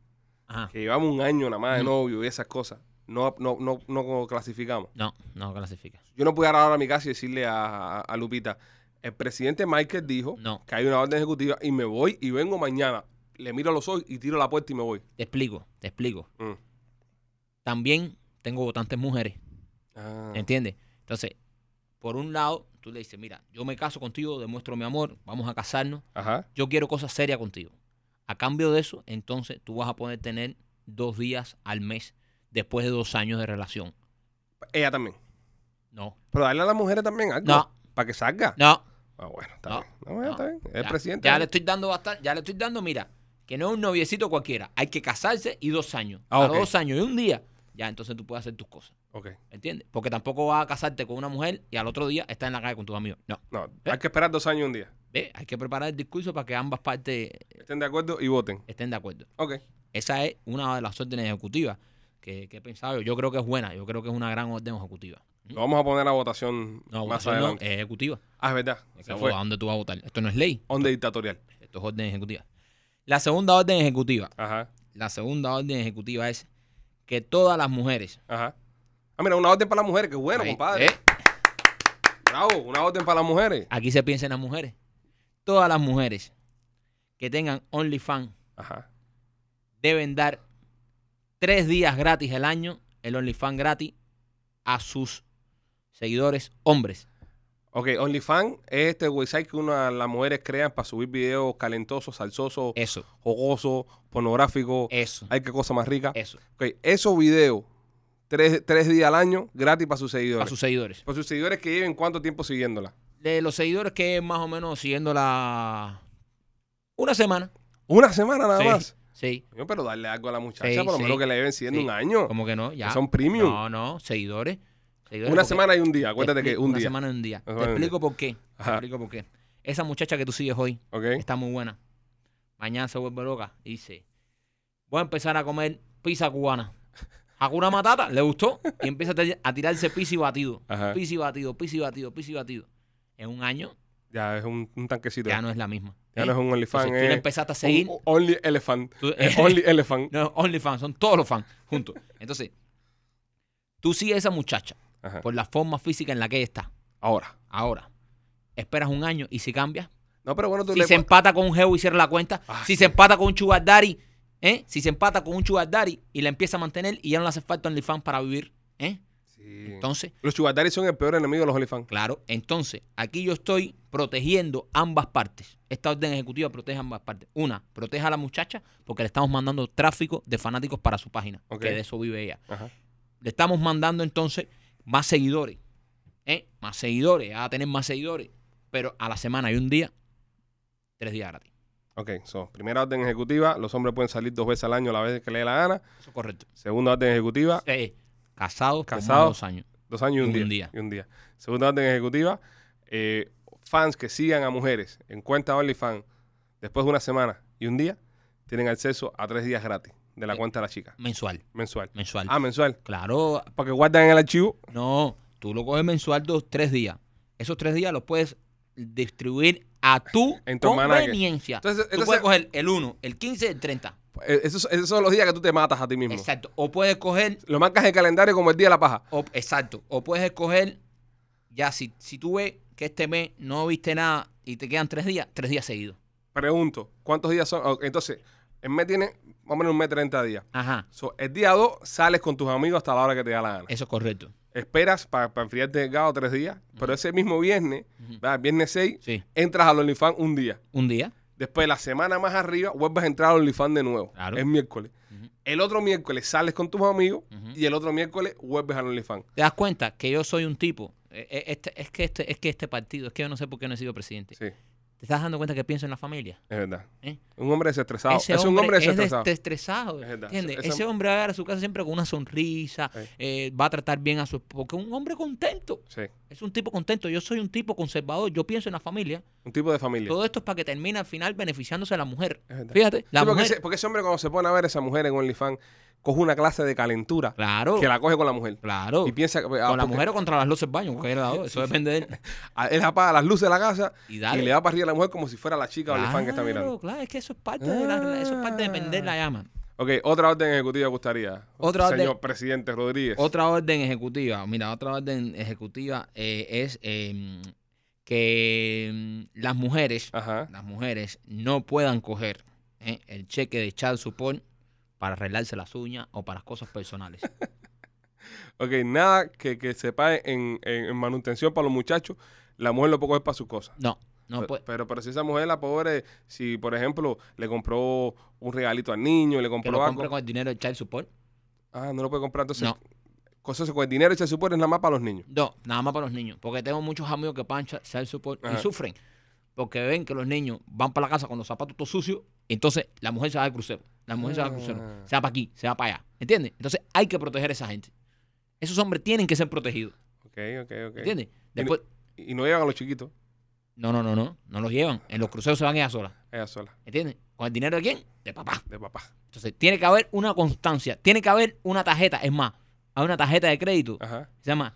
[SPEAKER 2] Ajá.
[SPEAKER 1] que llevamos un año nada más de novio y esas cosas, no, no, no, no clasificamos.
[SPEAKER 2] No, no clasifica.
[SPEAKER 1] Yo no puedo ir ahora a mi casa y decirle a, a- a Lupita, el presidente Michael dijo
[SPEAKER 2] No.
[SPEAKER 1] que hay una orden ejecutiva y me voy y vengo mañana. Le miro a los ojos y tiro la puerta y me voy.
[SPEAKER 2] Te explico, te explico.
[SPEAKER 1] Mm.
[SPEAKER 2] También tengo votantes mujeres.
[SPEAKER 1] Ah,
[SPEAKER 2] ¿Entiendes? Entonces, por un lado, tú le dices, mira, yo me caso contigo, demuestro mi amor, vamos a casarnos.
[SPEAKER 1] Ajá.
[SPEAKER 2] yo quiero cosas serias contigo. A cambio de eso, entonces tú vas a poder tener dos días al mes después de dos años de relación.
[SPEAKER 1] Ella también.
[SPEAKER 2] No,
[SPEAKER 1] Pero darle a las mujeres también algo.
[SPEAKER 2] No.
[SPEAKER 1] Para que salga.
[SPEAKER 2] no.
[SPEAKER 1] Ah, bueno, está
[SPEAKER 2] No.
[SPEAKER 1] bien. No, bueno,
[SPEAKER 2] no,
[SPEAKER 1] está bien. El
[SPEAKER 2] ya,
[SPEAKER 1] presidente.
[SPEAKER 2] Ya le estoy dando bastante, ya le estoy dando, mira, que no es un noviecito cualquiera. Hay que casarse y dos años.
[SPEAKER 1] Ah,
[SPEAKER 2] a
[SPEAKER 1] ok.
[SPEAKER 2] los dos años y un día, ya entonces tú puedes hacer tus cosas.
[SPEAKER 1] Ok.
[SPEAKER 2] ¿Entiendes? Porque tampoco vas a casarte con una mujer y al otro día estás en la calle con tus amigos. No.
[SPEAKER 1] No, hay que esperar dos años y un día.
[SPEAKER 2] ¿Ves? Hay que preparar el discurso para que ambas partes
[SPEAKER 1] Estén de acuerdo y voten.
[SPEAKER 2] estén de acuerdo.
[SPEAKER 1] Ok.
[SPEAKER 2] Esa es una de las órdenes ejecutivas que, que he pensado. yo. Yo creo que es buena. Yo creo que es una gran orden ejecutiva.
[SPEAKER 1] Lo vamos a poner a votación
[SPEAKER 2] No,
[SPEAKER 1] más
[SPEAKER 2] votación no,
[SPEAKER 1] adelante.
[SPEAKER 2] es ejecutiva.
[SPEAKER 1] Ah, es verdad. Se
[SPEAKER 2] ¿A
[SPEAKER 1] fue.
[SPEAKER 2] dónde tú vas a votar? Esto no es ley.
[SPEAKER 1] Onda dictatorial.
[SPEAKER 2] Esto es orden ejecutiva. La segunda orden ejecutiva.
[SPEAKER 1] Ajá.
[SPEAKER 2] La segunda orden ejecutiva es que todas las mujeres.
[SPEAKER 1] Ajá. Ah, mira, una orden para las mujeres. Qué bueno,
[SPEAKER 2] Ahí,
[SPEAKER 1] compadre.
[SPEAKER 2] ¿eh?
[SPEAKER 1] Bravo. Una orden para las mujeres.
[SPEAKER 2] Aquí se piensa en las mujeres. Todas las mujeres que tengan OnlyFans
[SPEAKER 1] Ajá.
[SPEAKER 2] deben dar tres días gratis al año, el OnlyFans gratis, a sus seguidores hombres.
[SPEAKER 1] Ok, OnlyFans es este website que una, las mujeres crean para subir videos calentosos, salsosos,
[SPEAKER 2] Eso,
[SPEAKER 1] jogosos, pornográficos.
[SPEAKER 2] eso,
[SPEAKER 1] Hay que cosa más rica.
[SPEAKER 2] eso.
[SPEAKER 1] Ok, esos videos, tres, tres días al año, gratis para sus
[SPEAKER 2] A
[SPEAKER 1] seguidores.
[SPEAKER 2] sus seguidores.
[SPEAKER 1] Para sus seguidores que lleven cuánto tiempo siguiéndola.
[SPEAKER 2] De los seguidores que más o menos siguiendo la... Una semana.
[SPEAKER 1] Una semana nada
[SPEAKER 2] Sí,
[SPEAKER 1] más.
[SPEAKER 2] Sí.
[SPEAKER 1] Yo, pero darle algo a la muchacha,
[SPEAKER 2] Sí,
[SPEAKER 1] por lo
[SPEAKER 2] sí.
[SPEAKER 1] menos que la lleven siguiendo
[SPEAKER 2] Sí.
[SPEAKER 1] un año.
[SPEAKER 2] Como que no, ya.
[SPEAKER 1] Que son premium.
[SPEAKER 2] No, no, seguidores. seguidores
[SPEAKER 1] Una
[SPEAKER 2] porque-
[SPEAKER 1] semana y un día,
[SPEAKER 2] te
[SPEAKER 1] acuérdate que
[SPEAKER 2] explico-
[SPEAKER 1] un
[SPEAKER 2] una
[SPEAKER 1] día.
[SPEAKER 2] semana y un día.
[SPEAKER 1] Una
[SPEAKER 2] Te
[SPEAKER 1] semana y un
[SPEAKER 2] explico por qué. Te
[SPEAKER 1] Ajá.
[SPEAKER 2] explico por qué. Esa muchacha que tú sigues hoy
[SPEAKER 1] Ok.
[SPEAKER 2] está muy buena. Mañana se vuelve loca. y Dice, voy a empezar a comer pizza cubana. Hakuna Matata, le gustó. Y empieza a ti- a tirarse pizza y batido.
[SPEAKER 1] Ajá.
[SPEAKER 2] Pizza y batido, pizza y batido, pizza y batido. En un año
[SPEAKER 1] Ya es un, un tanquecito.
[SPEAKER 2] ya no es la misma.
[SPEAKER 1] Ya no es un
[SPEAKER 2] Entonces,
[SPEAKER 1] OnlyFans.
[SPEAKER 2] tú
[SPEAKER 1] es
[SPEAKER 2] le empezaste a seguir.
[SPEAKER 1] un- un Only Elephant.
[SPEAKER 2] tú-
[SPEAKER 1] Es only Elephant.
[SPEAKER 2] No, OnlyFans, son todos los fans juntos. Entonces, tú sigues a esa muchacha
[SPEAKER 1] Ajá.
[SPEAKER 2] por la forma física en la que ella está
[SPEAKER 1] Ahora.
[SPEAKER 2] ahora. Esperas un año y si cambia,
[SPEAKER 1] No, pero bueno, tú
[SPEAKER 2] si
[SPEAKER 1] le. Ah,
[SPEAKER 2] se empata con un geo y cierra la cuenta,
[SPEAKER 1] Ay,
[SPEAKER 2] si se empata con un sugar daddy, ¿eh? si se empata con un sugar daddy y la empieza a mantener y ya no le hace falta OnlyFans para vivir. ¿eh?
[SPEAKER 1] Sí.
[SPEAKER 2] Entonces,
[SPEAKER 1] Los chugatari son el peor enemigo de los OnlyFans.
[SPEAKER 2] claro, entonces aquí yo estoy protegiendo ambas partes. Esta orden ejecutiva protege ambas partes. Una, protege a la muchacha porque le estamos mandando tráfico de fanáticos para su página,
[SPEAKER 1] Ok.
[SPEAKER 2] que de eso vive ella.
[SPEAKER 1] Ajá.
[SPEAKER 2] le estamos mandando entonces más seguidores. ¿eh? Más seguidores, a tener más seguidores. Pero a la semana hay un día, tres días gratis.
[SPEAKER 1] Ok, so, primera orden ejecutiva, los hombres pueden salir dos veces al año la vez que le dé la gana.
[SPEAKER 2] Eso es correcto.
[SPEAKER 1] Segunda orden ejecutiva,
[SPEAKER 2] Eh, casados, por más de
[SPEAKER 1] Ah. Casados.
[SPEAKER 2] dos años.
[SPEAKER 1] dos años y un, día, Y un día. Segunda orden ejecutiva, eh, fans que sigan a mujeres en cuenta OnlyFans después de una semana y un día, tienen acceso a tres días gratis de la
[SPEAKER 2] Eh.
[SPEAKER 1] cuenta de la chica,
[SPEAKER 2] Mensual,
[SPEAKER 1] mensual.
[SPEAKER 2] mensual.
[SPEAKER 1] Ah, mensual.
[SPEAKER 2] Claro,
[SPEAKER 1] Porque guardan en el archivo.
[SPEAKER 2] no, tú lo coges mensual dos, tres días. Esos tres días los puedes distribuir a tu,
[SPEAKER 1] En tu almanaque.
[SPEAKER 2] conveniencia.
[SPEAKER 1] Entonces-
[SPEAKER 2] tú
[SPEAKER 1] entonces-
[SPEAKER 2] puedes coger el 1, el 15, el 30.
[SPEAKER 1] Eh, Esos, esos son los días que tú te matas a ti mismo.
[SPEAKER 2] Exacto. O puedes coger
[SPEAKER 1] Lo marcas en el calendario como el día de la paja.
[SPEAKER 2] O- exacto. O puedes escoger, ya si, si tú ves que este mes no viste nada y te quedan tres días, tres días seguidos.
[SPEAKER 1] Pregunto, ¿cuántos días son? Ok, Entonces, el mes tiene más o menos un mes 30 días.
[SPEAKER 2] Ajá.
[SPEAKER 1] So, el día 2 sales con tus amigos hasta la hora que te da la gana.
[SPEAKER 2] Eso es correcto.
[SPEAKER 1] Esperas para enfriarte el gado tres días, pero ese mismo viernes,
[SPEAKER 2] Ujú.
[SPEAKER 1] ¿verdad? viernes 6,
[SPEAKER 2] Sí.
[SPEAKER 1] entras al OnlyFans un día.
[SPEAKER 2] Un día.
[SPEAKER 1] Después, la semana más arriba, vuelves a entrar al OnlyFans de nuevo.
[SPEAKER 2] Claro.
[SPEAKER 1] El miércoles.
[SPEAKER 2] Ujú.
[SPEAKER 1] El otro miércoles sales con tus amigos
[SPEAKER 2] Ujú.
[SPEAKER 1] y el otro miércoles vuelves al OnlyFans.
[SPEAKER 2] Te das cuenta que yo soy un tipo. eh, eh, este- es, que este, es que este partido, es que yo no sé por qué no he sido presidente.
[SPEAKER 1] Sí, es
[SPEAKER 2] ¿Te estás dando cuenta que pienso en la familia?
[SPEAKER 1] verdad.
[SPEAKER 2] ¿Eh?
[SPEAKER 1] Un hombre desestresado.
[SPEAKER 2] Ese
[SPEAKER 1] es un hombre
[SPEAKER 2] es
[SPEAKER 1] desestresado.
[SPEAKER 2] desestresado.
[SPEAKER 1] Es verdad.
[SPEAKER 2] ¿entiendes?
[SPEAKER 1] Esa-
[SPEAKER 2] Ese hombre va a llegar a su casa siempre con una sonrisa,
[SPEAKER 1] Sí.
[SPEAKER 2] eh, va a tratar bien a su... Porque es un hombre contento.
[SPEAKER 1] Sí.
[SPEAKER 2] Es un tipo contento. Yo soy un tipo conservador. Yo pienso en la familia.
[SPEAKER 1] Un tipo de familia.
[SPEAKER 2] Todo esto es para que termine al final beneficiándose a la mujer.
[SPEAKER 1] Es verdad.
[SPEAKER 2] Fíjate, la
[SPEAKER 1] Sí, porque,
[SPEAKER 2] mujer.
[SPEAKER 1] ese, porque ese hombre cuando se pone a ver a esa mujer en OnlyFans, coge una clase de calentura
[SPEAKER 2] Claro,
[SPEAKER 1] que la coge con la mujer.
[SPEAKER 2] claro.
[SPEAKER 1] Y piensa que ah,
[SPEAKER 2] Con la
[SPEAKER 1] porque
[SPEAKER 2] mujer o contra las luces del baño, cualquiera de las dos, Eso depende de él.
[SPEAKER 1] a- él apaga las luces de la casa
[SPEAKER 2] Y
[SPEAKER 1] y
[SPEAKER 2] dale.
[SPEAKER 1] le da para arriba a la mujer como si fuera la chica OnlyFans que está mirando. Ah.
[SPEAKER 2] Claro, claro, es que eso es parte de la, rela- eso es parte de vender la llama.
[SPEAKER 1] Ok, otra orden ejecutiva gustaría.
[SPEAKER 2] Otra
[SPEAKER 1] Señor
[SPEAKER 2] orden-
[SPEAKER 1] presidente Rodríguez.
[SPEAKER 2] Otra orden ejecutiva, mira, otra orden ejecutiva eh, es eh, que mm, las mujeres,
[SPEAKER 1] Ajá.
[SPEAKER 2] las mujeres no puedan coger eh, el cheque de child support para arreglarse las uñas o para cosas personales.
[SPEAKER 1] Ok, nada que, que se pague en, en- en manutención para los muchachos, la mujer lo puede coger para sus cosas.
[SPEAKER 2] No, no pues.
[SPEAKER 1] Pe-
[SPEAKER 2] puede.
[SPEAKER 1] pero, pero, si esa mujer, la pobre, si por ejemplo le compró un regalito al niño, le
[SPEAKER 2] Que
[SPEAKER 1] compró
[SPEAKER 2] lo
[SPEAKER 1] algo.
[SPEAKER 2] compre con el dinero del child support.
[SPEAKER 1] Ah, no lo puede comprar. Entonces,
[SPEAKER 2] No.
[SPEAKER 1] cosas con el dinero y se supone es nada más para los niños.
[SPEAKER 2] No, nada más para los niños. Porque tengo muchos amigos que pagan cha- child support
[SPEAKER 1] Ajá.
[SPEAKER 2] y sufren. Porque ven que los niños van para la casa con los zapatos todos sucios. y entonces la mujer se va de crucero. La mujer se va de
[SPEAKER 1] Ah.
[SPEAKER 2] crucero. Se va para aquí, se va para allá. ¿Entiendes? Entonces hay que proteger a esa gente. Esos hombres tienen que ser protegidos.
[SPEAKER 1] Ok, ok, ok.
[SPEAKER 2] ¿Entiendes? Después.
[SPEAKER 1] Y no llevan a los chiquitos,
[SPEAKER 2] No, no, no, no. No los llevan. En los cruceros se van ellas solas.
[SPEAKER 1] ella sola,
[SPEAKER 2] ¿Entiendes? ¿Con el dinero de quién? De papá.
[SPEAKER 1] de papá.
[SPEAKER 2] Entonces tiene que haber una constancia. Tiene que haber una tarjeta. Es más, hay una tarjeta de crédito.
[SPEAKER 1] Ajá.
[SPEAKER 2] que Se llama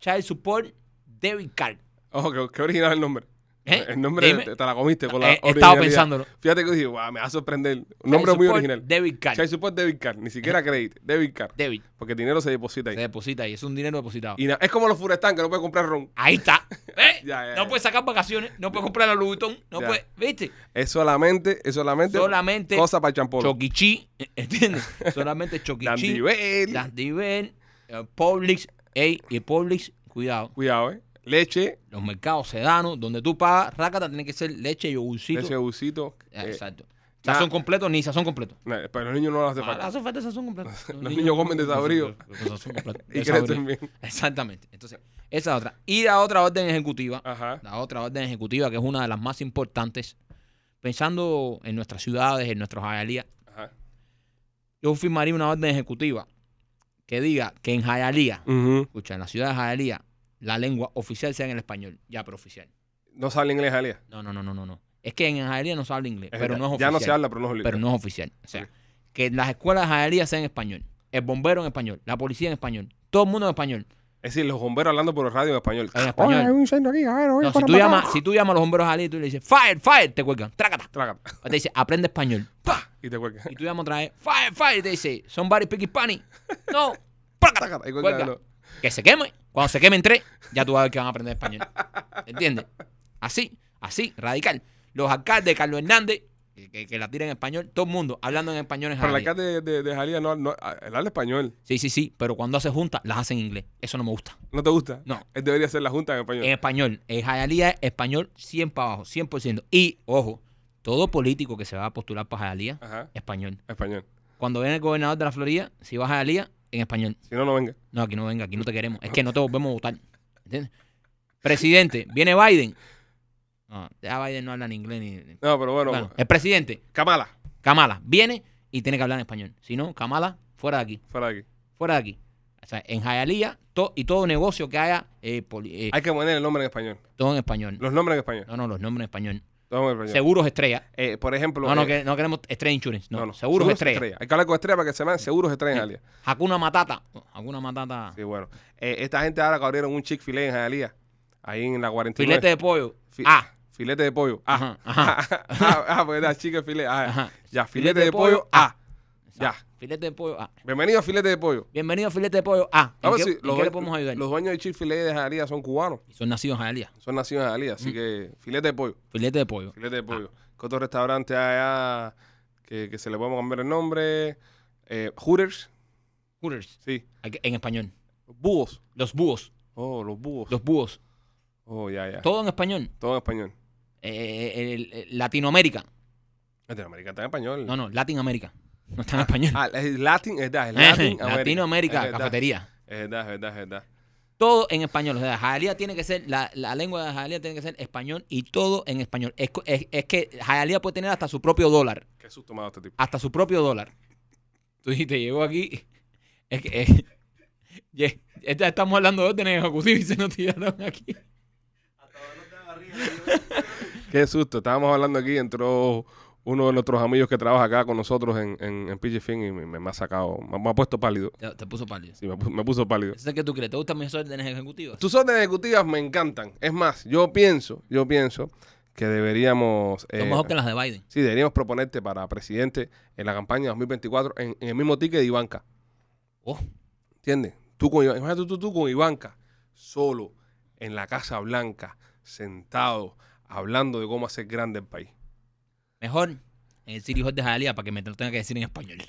[SPEAKER 2] Child Support Debit Card.
[SPEAKER 1] Ojo, qué, qué original el nombre.
[SPEAKER 2] ¿Eh?
[SPEAKER 1] El nombre
[SPEAKER 2] Dime.
[SPEAKER 1] te, te la comiste con la
[SPEAKER 2] Eh,
[SPEAKER 1] originalidad.
[SPEAKER 2] estaba pensándolo.
[SPEAKER 1] Fíjate que dije, guau, me va a sorprender. Un
[SPEAKER 2] Child
[SPEAKER 1] nombre muy
[SPEAKER 2] Support
[SPEAKER 1] original.
[SPEAKER 2] Debit Card.
[SPEAKER 1] Child Support Debit Card, ni siquiera credit, Debit Card.
[SPEAKER 2] Debit.
[SPEAKER 1] Porque el dinero se deposita
[SPEAKER 2] Se
[SPEAKER 1] ahí.
[SPEAKER 2] deposita ahí. Es un dinero depositado.
[SPEAKER 1] Y na- es como los furestán que no pueden comprar ron.
[SPEAKER 2] Ahí está. ¿Eh?
[SPEAKER 1] Ya, ya, ya.
[SPEAKER 2] No puedes sacar vacaciones. No puedes comprar la Louis Vuitton. No
[SPEAKER 1] Ya.
[SPEAKER 2] puedes. ¿Viste?
[SPEAKER 1] Es solamente, es solamente,
[SPEAKER 2] Solamente
[SPEAKER 1] cosa para el champón.
[SPEAKER 2] Choquichi. ¿Entiendes? Solamente Choquichi.
[SPEAKER 1] Dandibel.
[SPEAKER 2] Dandivel. eh, Publix. Ey, y Publix, cuidado.
[SPEAKER 1] Cuidado, eh. Leche,
[SPEAKER 2] Los mercados sedanos, donde tú pagas, rácata, tiene que ser leche, yogurcito.
[SPEAKER 1] leche de busito.
[SPEAKER 2] Ah,
[SPEAKER 1] eh,
[SPEAKER 2] Exacto.
[SPEAKER 1] na-
[SPEAKER 2] Sazón completo ni sazón completo.
[SPEAKER 1] na- para los niños no lo hace
[SPEAKER 2] Ah,
[SPEAKER 1] falta.
[SPEAKER 2] hace falta sazón completo.
[SPEAKER 1] Los niños comen desabrido.
[SPEAKER 2] Sazón completo.
[SPEAKER 1] Y
[SPEAKER 2] Desabrido.
[SPEAKER 1] crecen bien.
[SPEAKER 2] Exactamente. Entonces, esa otra. Ir a otra orden ejecutiva.
[SPEAKER 1] Ajá.
[SPEAKER 2] La otra orden ejecutiva, que es una de las más importantes. Pensando en nuestras ciudades, en nuestras Jayalías,
[SPEAKER 1] Ajá.
[SPEAKER 2] yo firmaría una orden ejecutiva que diga que en Jayalía,
[SPEAKER 1] Ujú.
[SPEAKER 2] escucha, en la ciudad de Jayalía, la lengua oficial sea en el español, ya pero oficial.
[SPEAKER 1] No sabe inglés, Jalía.
[SPEAKER 2] No, no, no, no, no, no. Es que en Israel no se habla inglés,
[SPEAKER 1] Es
[SPEAKER 2] pero
[SPEAKER 1] verdad.
[SPEAKER 2] no es oficial.
[SPEAKER 1] Ya no se habla, pero no es obligatorio.
[SPEAKER 2] Pero no es oficial. O sea,
[SPEAKER 1] Ok.
[SPEAKER 2] que las escuelas de Israelías sean en español. El bombero en español. La policía en español. Todo el mundo en español.
[SPEAKER 1] Es decir, los bomberos hablando por el radio en español.
[SPEAKER 2] En español.
[SPEAKER 1] Oye, hay un incendio aquí, a ver, oye,
[SPEAKER 2] No, si,
[SPEAKER 1] corran
[SPEAKER 2] tú
[SPEAKER 1] para acá.
[SPEAKER 2] llamas, si tú llamas a los bomberos israelíes y tú le dices, fire, fire, te cuelgan. Trácata.
[SPEAKER 1] Trágate.
[SPEAKER 2] O te dice, aprende español. ¡Pah!
[SPEAKER 1] Y te cuelga.
[SPEAKER 2] Y tú llamas otra vez, fire, fire, y te dice, somebody speak Hispanic. No, trácata.
[SPEAKER 1] Trágate. Y
[SPEAKER 2] Cuelga.
[SPEAKER 1] cuelga. no.
[SPEAKER 2] Que se queme. Cuando se quemen tres, ya tú vas a ver que van a aprender español. ¿Entiendes? Así, así, radical. Los alcaldes, Carlos Hernández, que, que- que la tiran en español, todo el mundo hablando en español en
[SPEAKER 1] Pero la
[SPEAKER 2] Israel.
[SPEAKER 1] alcalde de, de, de Jalía no, no él habla español.
[SPEAKER 2] Sí, sí, sí, pero cuando hace juntas, las hacen en inglés. Eso no me gusta.
[SPEAKER 1] ¿No te gusta?
[SPEAKER 2] No.
[SPEAKER 1] Él debería hacer la junta en español.
[SPEAKER 2] En español. En Jayalía, español 100 para abajo, 100%. Y, ojo, todo político que se va a postular para Jayalía,
[SPEAKER 1] Ajá.
[SPEAKER 2] español.
[SPEAKER 1] Español.
[SPEAKER 2] Cuando viene el gobernador de la Florida, si vas a Jayalía, en español.
[SPEAKER 1] Si no, no venga.
[SPEAKER 2] No, aquí no venga, aquí no te queremos. Es que no te volvemos a votar. ¿Entiendes? Presidente, viene Biden. No, ya Biden no habla ni inglés ni. ni-
[SPEAKER 1] No, pero bueno.
[SPEAKER 2] Bueno, el presidente,
[SPEAKER 1] Kamala.
[SPEAKER 2] Kamala, viene y tiene que hablar en español. Si no, Kamala, fuera de aquí.
[SPEAKER 1] Fuera de aquí.
[SPEAKER 2] Fuera de aquí. O sea, en Jayalía to- y todo negocio que haya, eh, poli- eh,
[SPEAKER 1] Hay que poner el nombre en español.
[SPEAKER 2] todo en español.
[SPEAKER 1] Los nombres en español.
[SPEAKER 2] No, no, los nombres en español.
[SPEAKER 1] Los nombres en español.
[SPEAKER 2] Seguros Estrella.
[SPEAKER 1] Eh, por ejemplo.
[SPEAKER 2] No, no,
[SPEAKER 1] eh,
[SPEAKER 2] que, no queremos Estrella Insurance. No, Seguros, Estrella.
[SPEAKER 1] Hay que hablar con estrella para que se llamen seguros estrella en Jalía.
[SPEAKER 2] Hakuna Matata. No, Hakuna Matata.
[SPEAKER 1] Sí, bueno. Eh, esta gente ahora que abrieron un Chick-fil-A en Jalía. Ahí en la 49.
[SPEAKER 2] Filete de pollo.
[SPEAKER 1] Fi-
[SPEAKER 2] ah.
[SPEAKER 1] Filete de pollo. Ah.
[SPEAKER 2] Ajá, ajá,
[SPEAKER 1] ah, ah, porque era chica filete. Ah,
[SPEAKER 2] Ajá.
[SPEAKER 1] ya, filete, de, pollo. Ah, ya.
[SPEAKER 2] Filete de pollo. Ah.
[SPEAKER 1] Bienvenido a filete de pollo.
[SPEAKER 2] Bienvenido a Filete de Pollo. Ah, ¿en
[SPEAKER 1] Vamos
[SPEAKER 2] qué,
[SPEAKER 1] a ver los,
[SPEAKER 2] en qué le
[SPEAKER 1] dueños-
[SPEAKER 2] podemos ayudar?
[SPEAKER 1] los dueños de Chick-fil-A de Jalía son cubanos.
[SPEAKER 2] Son nacidos en Jalía.
[SPEAKER 1] Son nacidos en Jalía, así que filete de pollo.
[SPEAKER 2] Filete de Pollo.
[SPEAKER 1] Filete de pollo.
[SPEAKER 2] Ah.
[SPEAKER 1] ¿Qué otro restaurante hay allá que, que se le podemos cambiar el nombre? Eh, Hooters,
[SPEAKER 2] Hooters.
[SPEAKER 1] sí.
[SPEAKER 2] Aquí- En español.
[SPEAKER 1] Búhos.
[SPEAKER 2] Los búhos.
[SPEAKER 1] Oh, los búhos.
[SPEAKER 2] Los búhos.
[SPEAKER 1] Oh, ya, ya.
[SPEAKER 2] Todo en español.
[SPEAKER 1] Todo en español.
[SPEAKER 2] Eh, eh, el- el- Latinoamérica.
[SPEAKER 1] Latinoamérica está en español.
[SPEAKER 2] No, no, Latinoamérica. No está en español. Eh,
[SPEAKER 1] Ah, es Latin, es verdad, es Latin
[SPEAKER 2] Latinoamérica,
[SPEAKER 1] Es verdad,
[SPEAKER 2] cafetería.
[SPEAKER 1] Es verdad, es verdad, es verdad.
[SPEAKER 2] Todo en español. O sea, Jalía tiene que ser, la, la lengua de Jalía tiene que ser español y todo en español. Es, co- es- es que Jalía puede tener hasta su propio dólar.
[SPEAKER 1] Qué susto me ha dado este tipo.
[SPEAKER 2] Hasta su propio dólar. Tú dijiste, llegó aquí. Es que. es- ye- esta- estamos hablando de órdenes ejecutivas y se nos tiraron aquí.
[SPEAKER 1] Qué susto. Estábamos hablando aquí, entró uno de nuestros amigos que trabaja acá con nosotros en, en, en Pitch Fin y me, me- me ha sacado, me, me ha puesto pálido.
[SPEAKER 2] Te, te puso pálido.
[SPEAKER 1] Sí, me, pu- me puso pálido.
[SPEAKER 2] ¿Eso es que tú crees? ¿Te gustan mis órdenes ejecutivas?
[SPEAKER 1] Tus órdenes ejecutivas me encantan. Es más, yo pienso, yo pienso que deberíamos... eh,
[SPEAKER 2] Son mejor que las de Biden.
[SPEAKER 1] Sí, deberíamos proponerte para presidente en la campaña 2024 en, en el mismo ticket de Ivanka.
[SPEAKER 2] Oh,
[SPEAKER 1] ¿Entiendes? Tú con Iván- imagínate tú, tú con Ivanka, solo, en la Casa Blanca, sentado, hablando de cómo hacer grande el país.
[SPEAKER 2] Eh, mejor en el City Hall de Jalía para que me lo tenga que decir en español.